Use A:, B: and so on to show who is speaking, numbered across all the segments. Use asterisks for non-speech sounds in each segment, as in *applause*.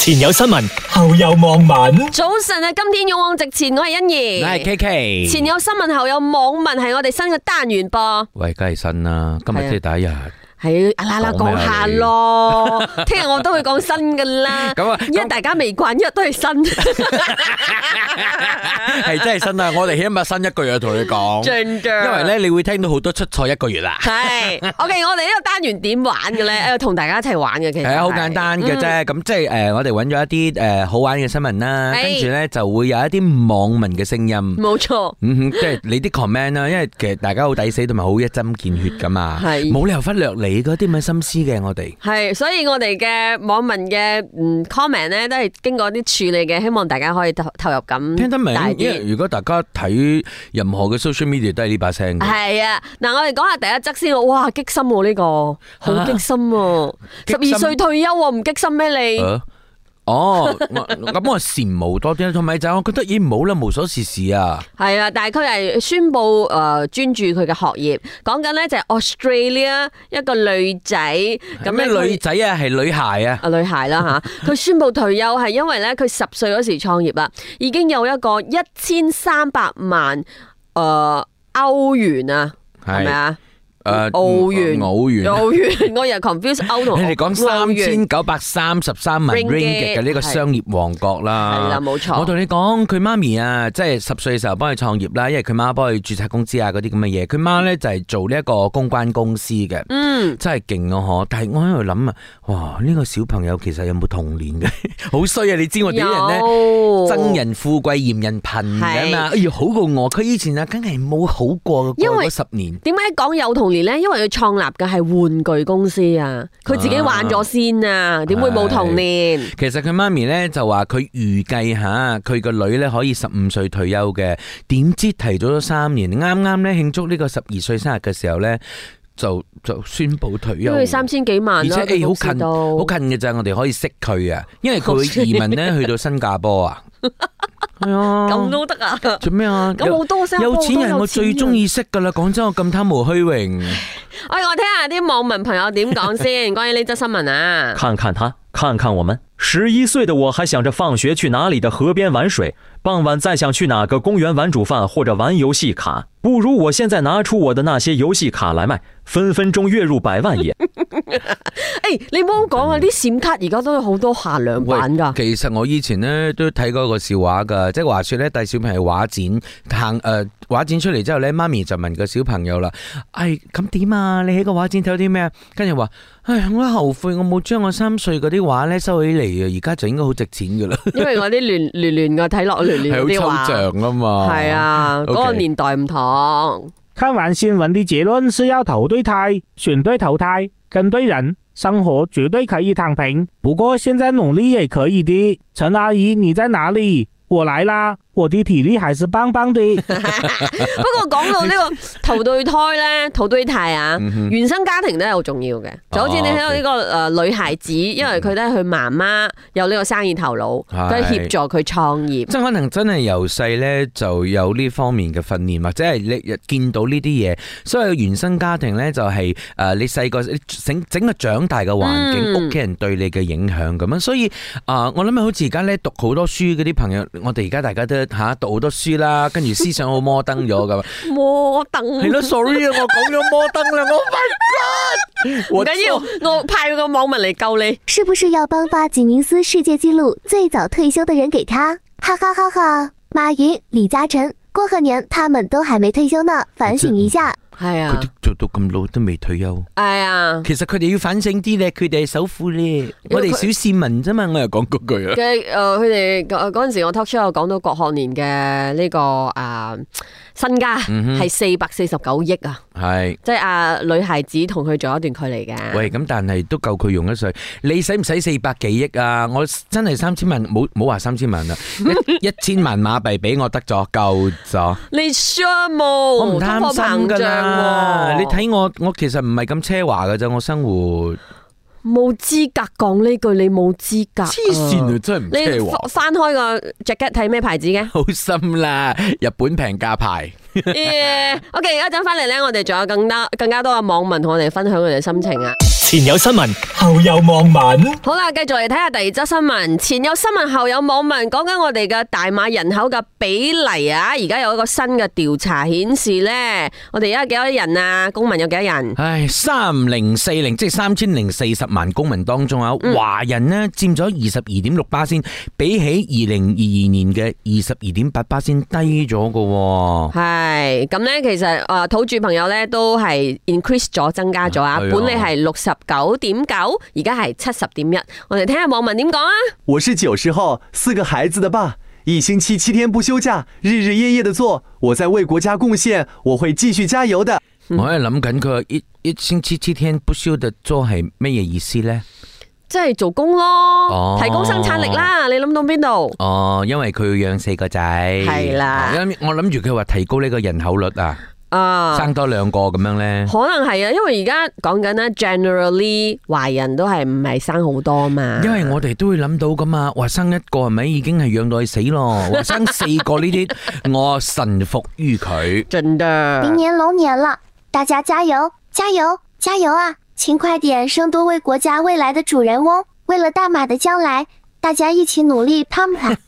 A: 前有新聞，後有網民。
B: 早晨啊，今天勇往直前，我係欣怡。
C: 係 K K，
B: 前有新聞，後有網民，係我哋新嘅單元噃。
C: 喂，梗係新啦，今日即係第一日，
B: 係啊啦啦
C: 講咩
B: 講
C: 啊
B: 下
C: 你
B: 咯，聽日我都會講新噶啦。
C: 咁啊
B: 因為大家未慣，因為都係新。
C: 係真係
B: *laughs*
C: 新啦。我哋起碼新一個月同你講，
B: 真噶。
C: 因為咧你會聽到好多出錯一個月啦。
B: 係，OK，我哋呢個單元點玩嘅咧？誒，同大家一齊玩嘅，其實
C: 係啊，好簡單嘅啫。咁即係誒，我哋揾咗一啲誒好玩嘅新聞啦，
B: 係
C: 跟住咧就會有一啲網民嘅聲音
B: 係。。冇錯，
C: 嗯哼，即係你啲 comment 啦，因為其實大家好抵死同埋好一針見血噶嘛，
B: 係
C: 冇理由忽略你嗰啲咁嘅心思嘅，我哋
B: 係，所以我哋嘅網民嘅嗯 comment 咧，都係經過啲處理嘅，希望大家可以投投入咁
C: 聽得明
B: 大。
C: 因
B: 啲
C: 為。如果大家睇任何嘅 social media 都係呢把聲嘅。
B: 系啊，嗱，我哋講下第一則先喎，哇，激心喎呢個，好激心喎，十
C: 啊激心
B: 二歲退休喎，唔激心咩你？
C: 啊哦，我咁我羨慕多啲，同埋就我覺得咦唔好啦，無所事事啊，
B: 係啊，但係佢係宣布诶专注佢嘅學業，講緊咧就係 Australia 一個女仔，咁
C: 咁咩
B: 咧佢
C: 女仔啊係女孩啊，
B: 啊女孩啦
C: *laughs*
B: 吓，佢宣布退休係因為咧佢十歲嗰時創業啦，啊已經有一個一千三百萬诶欧元啊，係咪啊？
C: 誒
B: 澳元
C: 澳元啊，
B: 歐元，我又 confuse 歐
C: *laughs*
B: 同
C: 你哋講
B: 澳
C: 三
B: 元
C: 千九百三十三萬
B: Ringgit，
C: ringgit 嘅呢個
B: 係
C: 商業王國
B: 係啦，
C: 啦。
B: 冇
C: 我
B: 錯。
C: 同你講，佢媽咪啊，即係十歲嘅時候幫佢創業啦，因為佢媽幫佢註冊公司啊嗰啲咁嘅嘢。佢媽咧就係做呢一個公關公司嘅，
B: 嗯，
C: 真係勁啊！嗬，但係我喺度諗啊，哇！呢個小朋友其實有冇童年 *laughs* 嘅？好衰啊！你知我哋啲人咧。
B: 有
C: 憎人富貴嫌人貧㗎嘛，哎呀好過我，佢以前啊梗係冇好過嘅，
B: 因
C: 過
B: 為
C: 嗰十年。
B: 點解講有童年咧？因為佢創立嘅係玩具公司啊，佢自己玩咗先啊，點會冇童年？
C: 其實佢媽咪咧就話佢預計下佢個女咧可以十五歲退休嘅，點知提早咗三年，啱啱咧慶祝呢個十二歲生日嘅時候咧，就就宣布退
B: 因
C: 休
B: 為。三千幾萬啦，
C: 而且
B: 佢
C: 誒
B: 公司
C: 好近
B: 都
C: 好近嘅咋，我哋可以識佢啊，因為佢
B: *laughs*
C: 會移民咧去到新加坡啊。係
B: 咁
C: 啊，
B: 都得啊！
C: 做咩啊？
B: 咁好多聲，
C: 有錢人我最中
B: 意。
C: 意識㗎啦，講真，我咁貪慕虛榮。
B: 哎，我聽下啲網民朋友點
C: *laughs*
B: 講先，關於呢則新聞啊。
D: 看看他，看看我们。十一岁的我还想着放学去哪里的河边玩水，傍晚再想去哪个公园玩煮饭或者玩游戏卡。不如我现在拿出我的那些游戏卡来卖，分分钟月入百万也。
B: 誒，哎你唔好講
C: 嗯
B: 啊，啲閃卡而家都有好多限量版㗎。
C: 其實我以前咧都睇過一個笑話㗎，即係話說咧帶小朋友畫展行誒、呃、畫展出嚟之後咧，媽咪就問個小朋友啦：，唉，咁點啊？你喺個畫展睇到啲咩啊？跟住話：，唉，我後悔我冇將我三歲嗰啲畫咧收起嚟啊！而家就應該好值錢 *laughs* 㗎啦，
B: 因為我啲亂亂亂嘅睇落亂亂嗰啲
C: 係好
B: 話
C: 抽，象啊嘛。
B: 係，啊，嗰個
C: OK
B: 年代唔同。
E: 看完新闻的结论是要投对胎，选对投胎，跟对人，生活绝对可以躺平。不过现在努力也可以的。陈阿姨，你在哪里？我来啦，我的体力还是棒棒的。
B: 不過講到呢個投對胎咧，投對胎
C: 嗯
B: 啊，原生家庭都係好重要嘅。就好似你睇到呢
C: 哦
B: 個誒呃女孩子，因為佢都係佢媽媽有呢個生意頭腦，
C: 係
B: 都係協助佢創業。
C: 即係可能真係由細咧就有呢方面嘅訓練，或者係你見到呢啲嘢，所有原生家庭咧就係、呃你細個整整個長大嘅環境，
B: 嗯
C: 屋企人對你嘅影響咁樣，所以啊、呃我諗好似而家咧讀好多書嗰啲朋友，我哋而家大家都嚇、讀好多書啦，跟住思想好摩登咗
B: *laughs*
C: 咁，啊
B: 摩登
C: 係咯，sorry 啊，我講咗摩登啦，我 Oh my
B: 唔
C: God，
B: 緊要，我派個網民嚟救你。
F: 是不是要颁发吉尼斯世界纪录最早退休的人给他？哈哈哈哈！马云、李嘉诚，过个年他们都还没退休呢，反省一下。
B: 係
C: 佢
B: 啊
C: 哋，做到咁老都未退休。
B: 係啊。
C: 其實佢哋要反省啲咧，佢哋係首富咧，我哋小市民啫嘛，我又講嗰句啊。
B: 嘅誒，佢哋呃嗰嗰陣時，我 talk show 有講到郭學年嘅呢個誒身家
C: 嗯
B: 係四百四十九億啊，
C: 係。
B: 即係啊女孩子同佢仲有一段距離嘅。
C: 喂，咁但係都夠佢用一歲，你使唔使四百幾億啊？我真係三千萬，冇冇話三千萬啦，一一千萬馬幣俾我得咗，夠咗，
B: 你 sure 冇？
C: 我
B: 我
C: 唔貪心噶啦。你睇我，我其實唔係咁奢華噶咋，我生活
B: 冇資格講呢句，你冇資格。呃
C: 黐
B: ờ.
C: 線啊，！真係唔
B: 你
C: 奢華。
B: 翻開個 jacket 睇咩牌子 *laughs* 嘅
C: 好心啦，日本平價牌，
B: 耶！OK，一陣翻嚟咧，我哋仲有更加更加多嘅網民同我哋分享佢哋心情啊！
A: 前有新聞，後有網民。
B: 好啦，繼續嚟睇下第二則新聞。前有新聞，後有網民，講緊我哋嘅大馬人口嘅比例啊！而家有一個新嘅調查顯示呢，我哋而家幾多人啊？公民有幾多人？
C: 唉，三零四零即系三千零四十萬公民當中啊，
B: 嗯
C: 華人呢佔咗二十二点六巴仙，比起二零二二年嘅二十二点八巴仙低咗噶。
B: 係咁呢，其實诶、呃土著朋友呢都係 increase 咗，增加咗啊！
C: 係
B: 本
C: 啊
B: 嚟係六十九點九，而家係七十點一。我哋聽下網民點講啊！
G: *laughs* 我是九十后，四个孩子的爸，一星期七天不休假，日日夜夜的做。我在为国家贡献，我会继续加油的。
B: 嗯
C: 我喺度諗緊佢話一一星期七天不休的做係乜嘢意思呢？
B: 即係做工咯，
C: 哦
B: 提高生產力啦！你諗到邊度？
C: 哦，因為佢要養四個仔，
B: 係啦
C: 我諗我諗住佢話提高呢個人口率啊，
B: 啊！
C: 生多兩個咁樣呢。
B: 可能係啊，因為而家講緊咧，generally 華人都係唔係生好多嘛。
C: 因為我哋都會諗到噶嘛，話生一個係咪已經係養到佢死
B: *laughs*
C: 咯？話生四個呢啲，我臣服於佢。
B: 真
F: 明
B: 的，
F: 年龙年了，大家加油，加油，加油啊！请快点生多为国家未来的主人翁，为了大马的将来，大家一起努力 p u m
C: 呢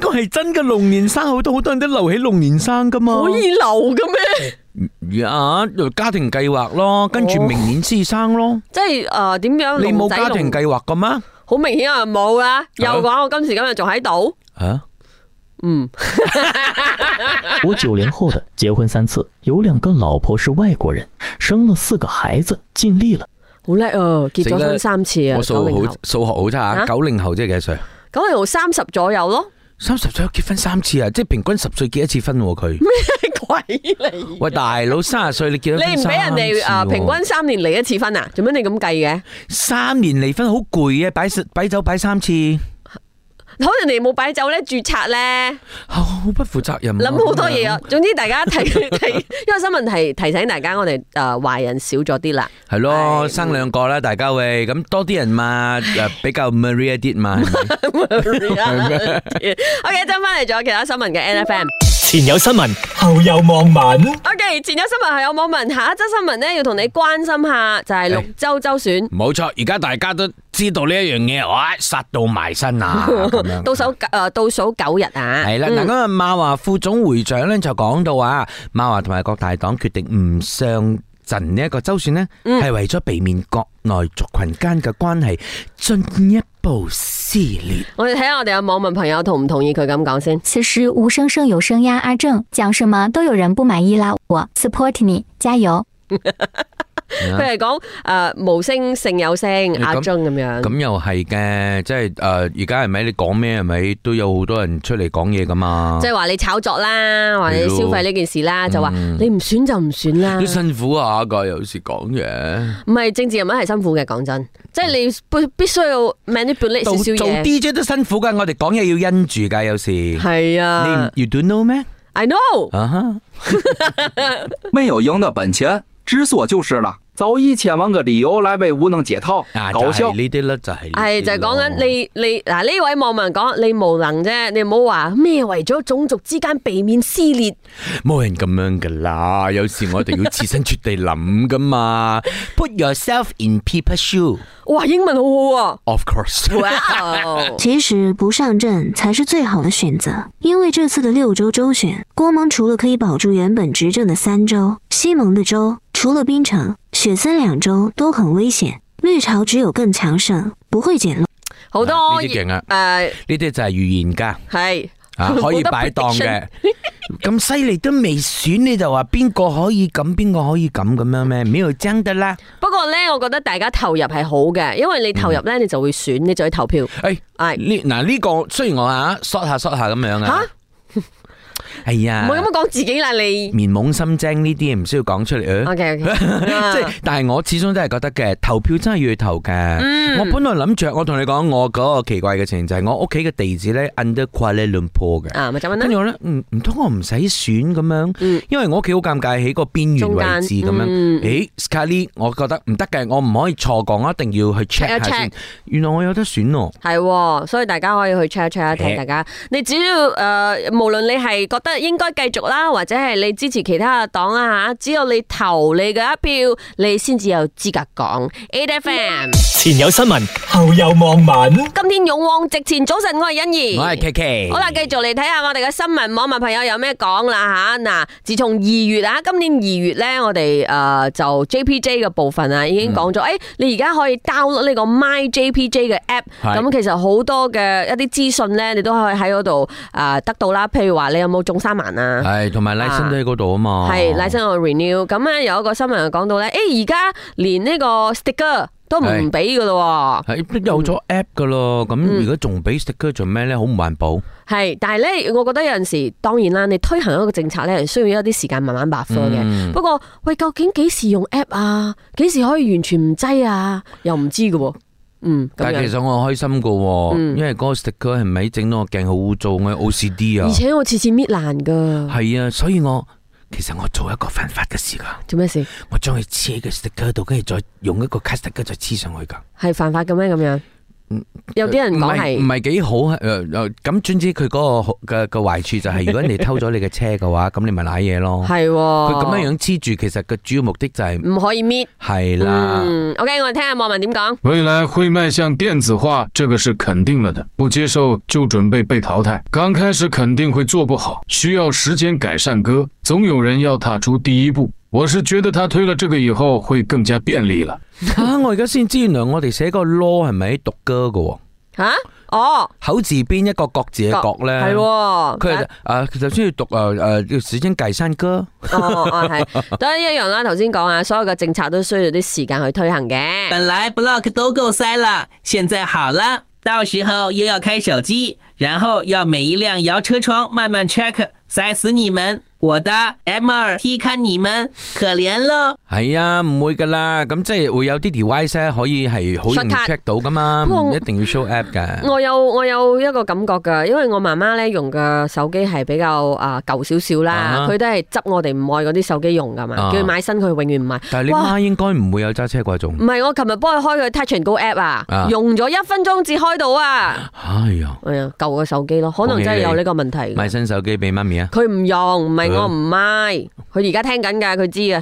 C: 個係真嘅龍年生，好多好多人都留喺龍年生噶嘛。
B: 可以留嘅咩？
C: 啊，家庭計劃咯，跟住明年先生咯。
B: 即係诶，点、樣
C: 你冇
B: 哦龍仔
C: 家庭
B: 龍
C: 計劃噶咩？
B: 好明顯啊，冇啦。又講我今時今日仲喺度，
C: 啊？
B: 嗯，
H: 我九零后的，结婚三次，有两个老婆是外国人，生了四个孩子，尽力了。
B: 好叻啊，結咗婚三次啊，
C: 我數
B: 九零
C: 好
B: 後，
C: 數學好差啊！
B: 啊
C: 九零後即係幾多歲？
B: 九零後三十左右咯，
C: 三十歲結婚三次啊！即係平均十歲結一次婚喎佢。
B: *laughs* 鬼嚟！
C: 喂，大佬三十歲你結咗婚
B: 你唔俾人哋
C: 三
B: 啊
C: 次喎
B: 平均三年嚟一次婚啊？做咩你咁計嘅？
C: 三年離婚好攰啊！擺擺酒擺三次，
B: 可能你冇擺酒咧，註冊咧。
C: 好不負責任啊。
B: 諗好多嘢啊！總之大家提 *laughs* 提，因為新聞提提醒大家，我哋诶华人少咗啲啦。
C: 係咯，
B: 係
C: 生兩個啦，大家喂，咁多啲人
B: *laughs*
C: 嘛，誒比較 Maria 啲嘛，係咪
B: *laughs* OK，真翻嚟仲有其他新聞嘅 N F M。
A: 前有新聞，後有網民。
B: OK，前有新聞係有網民，下一則新聞咧要同你關心下，就係六州州選
C: 冇錯，而家大家都知道呢一樣嘢，哇，殺到埋
B: *laughs*
C: 身啊！咁樣
B: 倒數诶倒數九日啊。
C: 系啦，嗱
B: 嗯
C: 咁啊，馬華副總會長咧就講到啊，馬華同埋各大黨決定唔上陣呢一個周選呢，係為咗避免國內族群間嘅關係進一步撕裂。
B: 我哋睇下我哋有網民朋友同唔同意佢咁講先。
I: *laughs* 此时无声胜有声呀，阿正讲什么都有人不满意啦，我 support 你，加油！
B: 佢係講诶無聲勝有聲，
C: 啊咁
B: 阿中咁樣。
C: 咁又係嘅，即係诶，呃而家係咪你講咩係咪都有好多人出嚟講嘢噶嘛
B: 即？係話你炒作啦，話你
C: 啊係咯
B: 消費呢件事啦，就話
C: 嗯
B: 你唔選就唔選啦。
C: 都辛苦下噶，有時講嘢。
B: 唔係政治人物係辛苦嘅，講真，即係
C: 嗯
B: 你必必須要 manipulate 少
C: 做
B: 少
C: 做
B: 嘢。
C: DJ 都辛苦噶，我哋講嘢要因住噶，有時。
B: 係啊
C: 你唔 you do know 咩？
B: ，I know。
C: 啊哈！
J: 没有赢的本钱，知所就是了。找一千万个理由来为无能解套，
C: 啊，
J: 搞笑
C: 就係。呢啲啦，就係呢啲
B: 係就係講緊
C: 咯
B: 你你嗱呢位網民講你無能啫，你唔好話咩為咗種族之間避免撕裂，
C: 冇人咁樣噶
B: *laughs*
C: 啦，有時我哋要設身處地諗噶嘛。Put yourself in people's shoe,
B: 哇英文好
C: *laughs*
B: 好
C: of course
B: 喎，。哇！
I: 其实不上阵才是最好的选择，因为这次的六州州选，郭盟除了可以保住原本执政的三州，西盟的州除了槟城、雪森两州都很危险，绿潮只有更强盛，不会减弱。
B: 好多
C: 呢啲勁啊
B: 誒
C: 呢啲就係預言家
B: 係
C: *laughs* 啊，可以擺檔 *laughs* 嘅。咁犀利都未選，你就話邊個可以咁，邊個可以咁咁樣咩？秒爭得啦！
B: 不過咧，我覺得大家投入係好嘅，因為你投入咧，你就會選，你就去投票。哎
C: 誒
B: 係
C: 哎呢嗱呢個雖然我啊 short 下 short 下咁樣啊， *laughs* 哎
B: 唔
C: 呀
B: 好，咁樣講自己啦，你。
C: 面懵心精呢啲嘢唔需要講出嚟。呃 *laughs*
B: OK OK，
C: 即係，但係我始終都係覺得嘅，投票真係要去投嘅。我本來諗住，我同你講，我嗰個奇怪嘅情形就係我屋企嘅地址咧 under Kuala Lumpur 嘅。
B: 啊咪就
C: 跟
B: 咁啦
C: 住。我咧，唔唔通我唔使選咁樣
B: 嗯，
C: 因為我屋企好尷尬喺個邊緣位置咁
B: 中間
C: 樣。
B: 嗯
C: 誒 s c a r l y 我覺得唔得嘅，我唔可以錯過，我一定要去 check 下
B: check
C: 先。原來我有得選喎。
B: 啊系，所以大家可以去 check 一 check 一睇，
C: 誒
B: 大家你只要诶、呃，无论你係覺得得應該繼續啦，或者係你支持其他嘅黨啊吓，只要你投你嘅一票，你先至有資格講。A F
C: 嗯
B: M，
A: 前有新聞，後有網民。
B: 今天勇往直前，早晨，我係欣怡，
C: 我系 K K。
B: 好啦，繼續嚟睇下我哋嘅新聞網民朋友有咩講啦吓。嗱，自從二月啊，今年二月咧，我哋诶就 JPJ 嘅部分啊，已經講
C: 嗯
B: 咗，诶、你而家可以 download 呢個 My JPJ 嘅 app，
C: 係
B: 咁其實好多嘅一啲資訊咧，你都可以喺嗰度诶得到啦。譬如話你有冇中三萬啊？
C: 系，同埋拉伸都喺嗰度啊嘛。
B: 係 license 我 renew，咁咧有一個新聞就講到咧，诶而家連呢個 sticker 都唔
C: 係
B: 俾噶咯喎。
C: 係都有咗 app 噶咯，咁如果仲俾 sticker 做咩咧？好唔環保。
B: 係，但係咧，我覺得有陣時，當然啦，你推行一個政策咧，係需要一啲時間慢慢百科嘅。
C: 嗯
B: 不過，喂，究竟幾時用 app 啊？幾時可以完全唔擠啊？又唔知嘅喎。嗯，咁
C: 但係
B: 樣。
C: 其實我開心噶，
B: 嗯
C: 因為嗰個 sticker 係咪整到我鏡好污糟，我有 OCD 啊
B: 而。且我次次搣爛噶，
C: 係啊，所以我其實我做一個犯法嘅事㗎，
B: 做咩事？
C: 我將佢黐喺個 sticker 度，跟住再用一個 cut sticker 再黐上去㗎。
B: 係犯法嘅咩？咁樣？有啲人
C: 嗯唔
B: 講
C: 係唔
B: 係
C: 係幾好誒誒咁總之佢嗰個嘅嘅壞處就係，如果你偷咗你嘅車嘅話，咁你咪賴嘢咯。
B: 係喎
C: 哦佢咁樣樣黐住，其實個主要目的就係
B: 唔可以搣。
C: 係啦。
B: 嗯，OK，我哋聽下網民點講。
K: 未来会迈向电子化，这个是肯定了的。不接受就准备被淘汰。刚开始肯定会做不好，需要时间改善歌。总有人要踏出第一步。我是觉得他推了这个以后会更加便利了。
C: 啊！我而家先知，原來我哋寫個 law 係咪讀歌嘅喎？
B: 吓？哦，
C: 口字邊一個角字嘅角咧，
B: 係喎。
C: 佢係啊，佢首先要讀誒誒，要時間計山歌，
B: 哦
C: *laughs*
B: 哦系，都一樣啦。頭先講啊，所有嘅政策都需要啲時間去推行嘅。
L: 本来 block 都够塞了，现在好了，到时候又要开手机，然后要每一辆摇车窗慢慢 check，塞死你们！我的 M 二 T 看你们可怜喽。
C: 係啊，唔會噶啦，咁即係會有啲 device 咧可以係好容易
B: Shortcut
C: check 到噶嘛，
B: 不過
C: 唔一定要 show app 嘅。
B: 我有我有一個感覺㗎，因為我媽媽咧用嘅手機係比較啊舊少少啦
C: 啊，
B: 佢都係執我哋唔愛嗰啲手機用㗎嘛，
C: 啊
B: 叫佢買新佢永遠唔買。
C: 但係你
B: 哇嗯
C: 媽應該唔會有揸車嗰種
B: 唔。係我琴日幫佢開佢 Touch and Go app 啊
C: 啊，
B: 用咗一分鐘至開到啊，
C: 哎呀，
B: 哎呀舊嘅手機咯，可能真係有呢個問題㗎。
C: 買新手機俾媽咪啊！
B: 佢唔用，唔係我唔買，佢而家聽緊㗎，佢知嘅。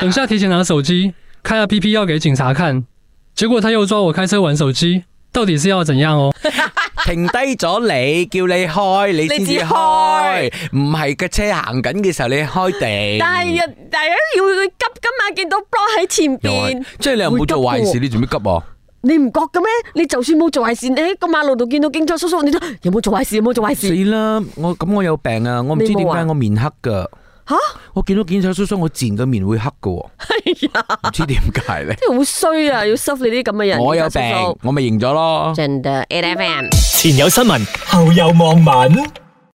M: 等下提前拿手机，开 A P P 要给警察看，结果他又抓我开车玩手机，到底是要怎样哦？
C: 停低咗你，叫你開，你先
B: 你
C: 至
B: 自開
C: 開，唔係嘅車行緊嘅時候你開定。
B: 但係人但係要佢急㗎嘛，見到 block 喺前
C: 又
B: 邊
C: 係。，即係你又冇做壞事，你做咩急啊？
B: 你唔覺嘅咩？你就算冇做壞事，你喺個馬路度見到警察叔叔，你都有冇做壞事？有冇做壞
C: 死
B: 事？
C: 啦！我咁我有病啊！我唔知
B: 你
C: 點
B: 冇啊
C: 解我面黑噶。
B: 吓，？
C: 我見到警察叔叔，我自然個面會黑噶。係啊，唔知點解咧
B: 真係好衰啊！要 serve 你啲咁嘅 *laughs* 人。
C: 我有
B: 警
C: 病
B: 察叔叔，
C: 我咪認咗咯。
B: 真的 A F M。
A: 前有新聞，後有網民。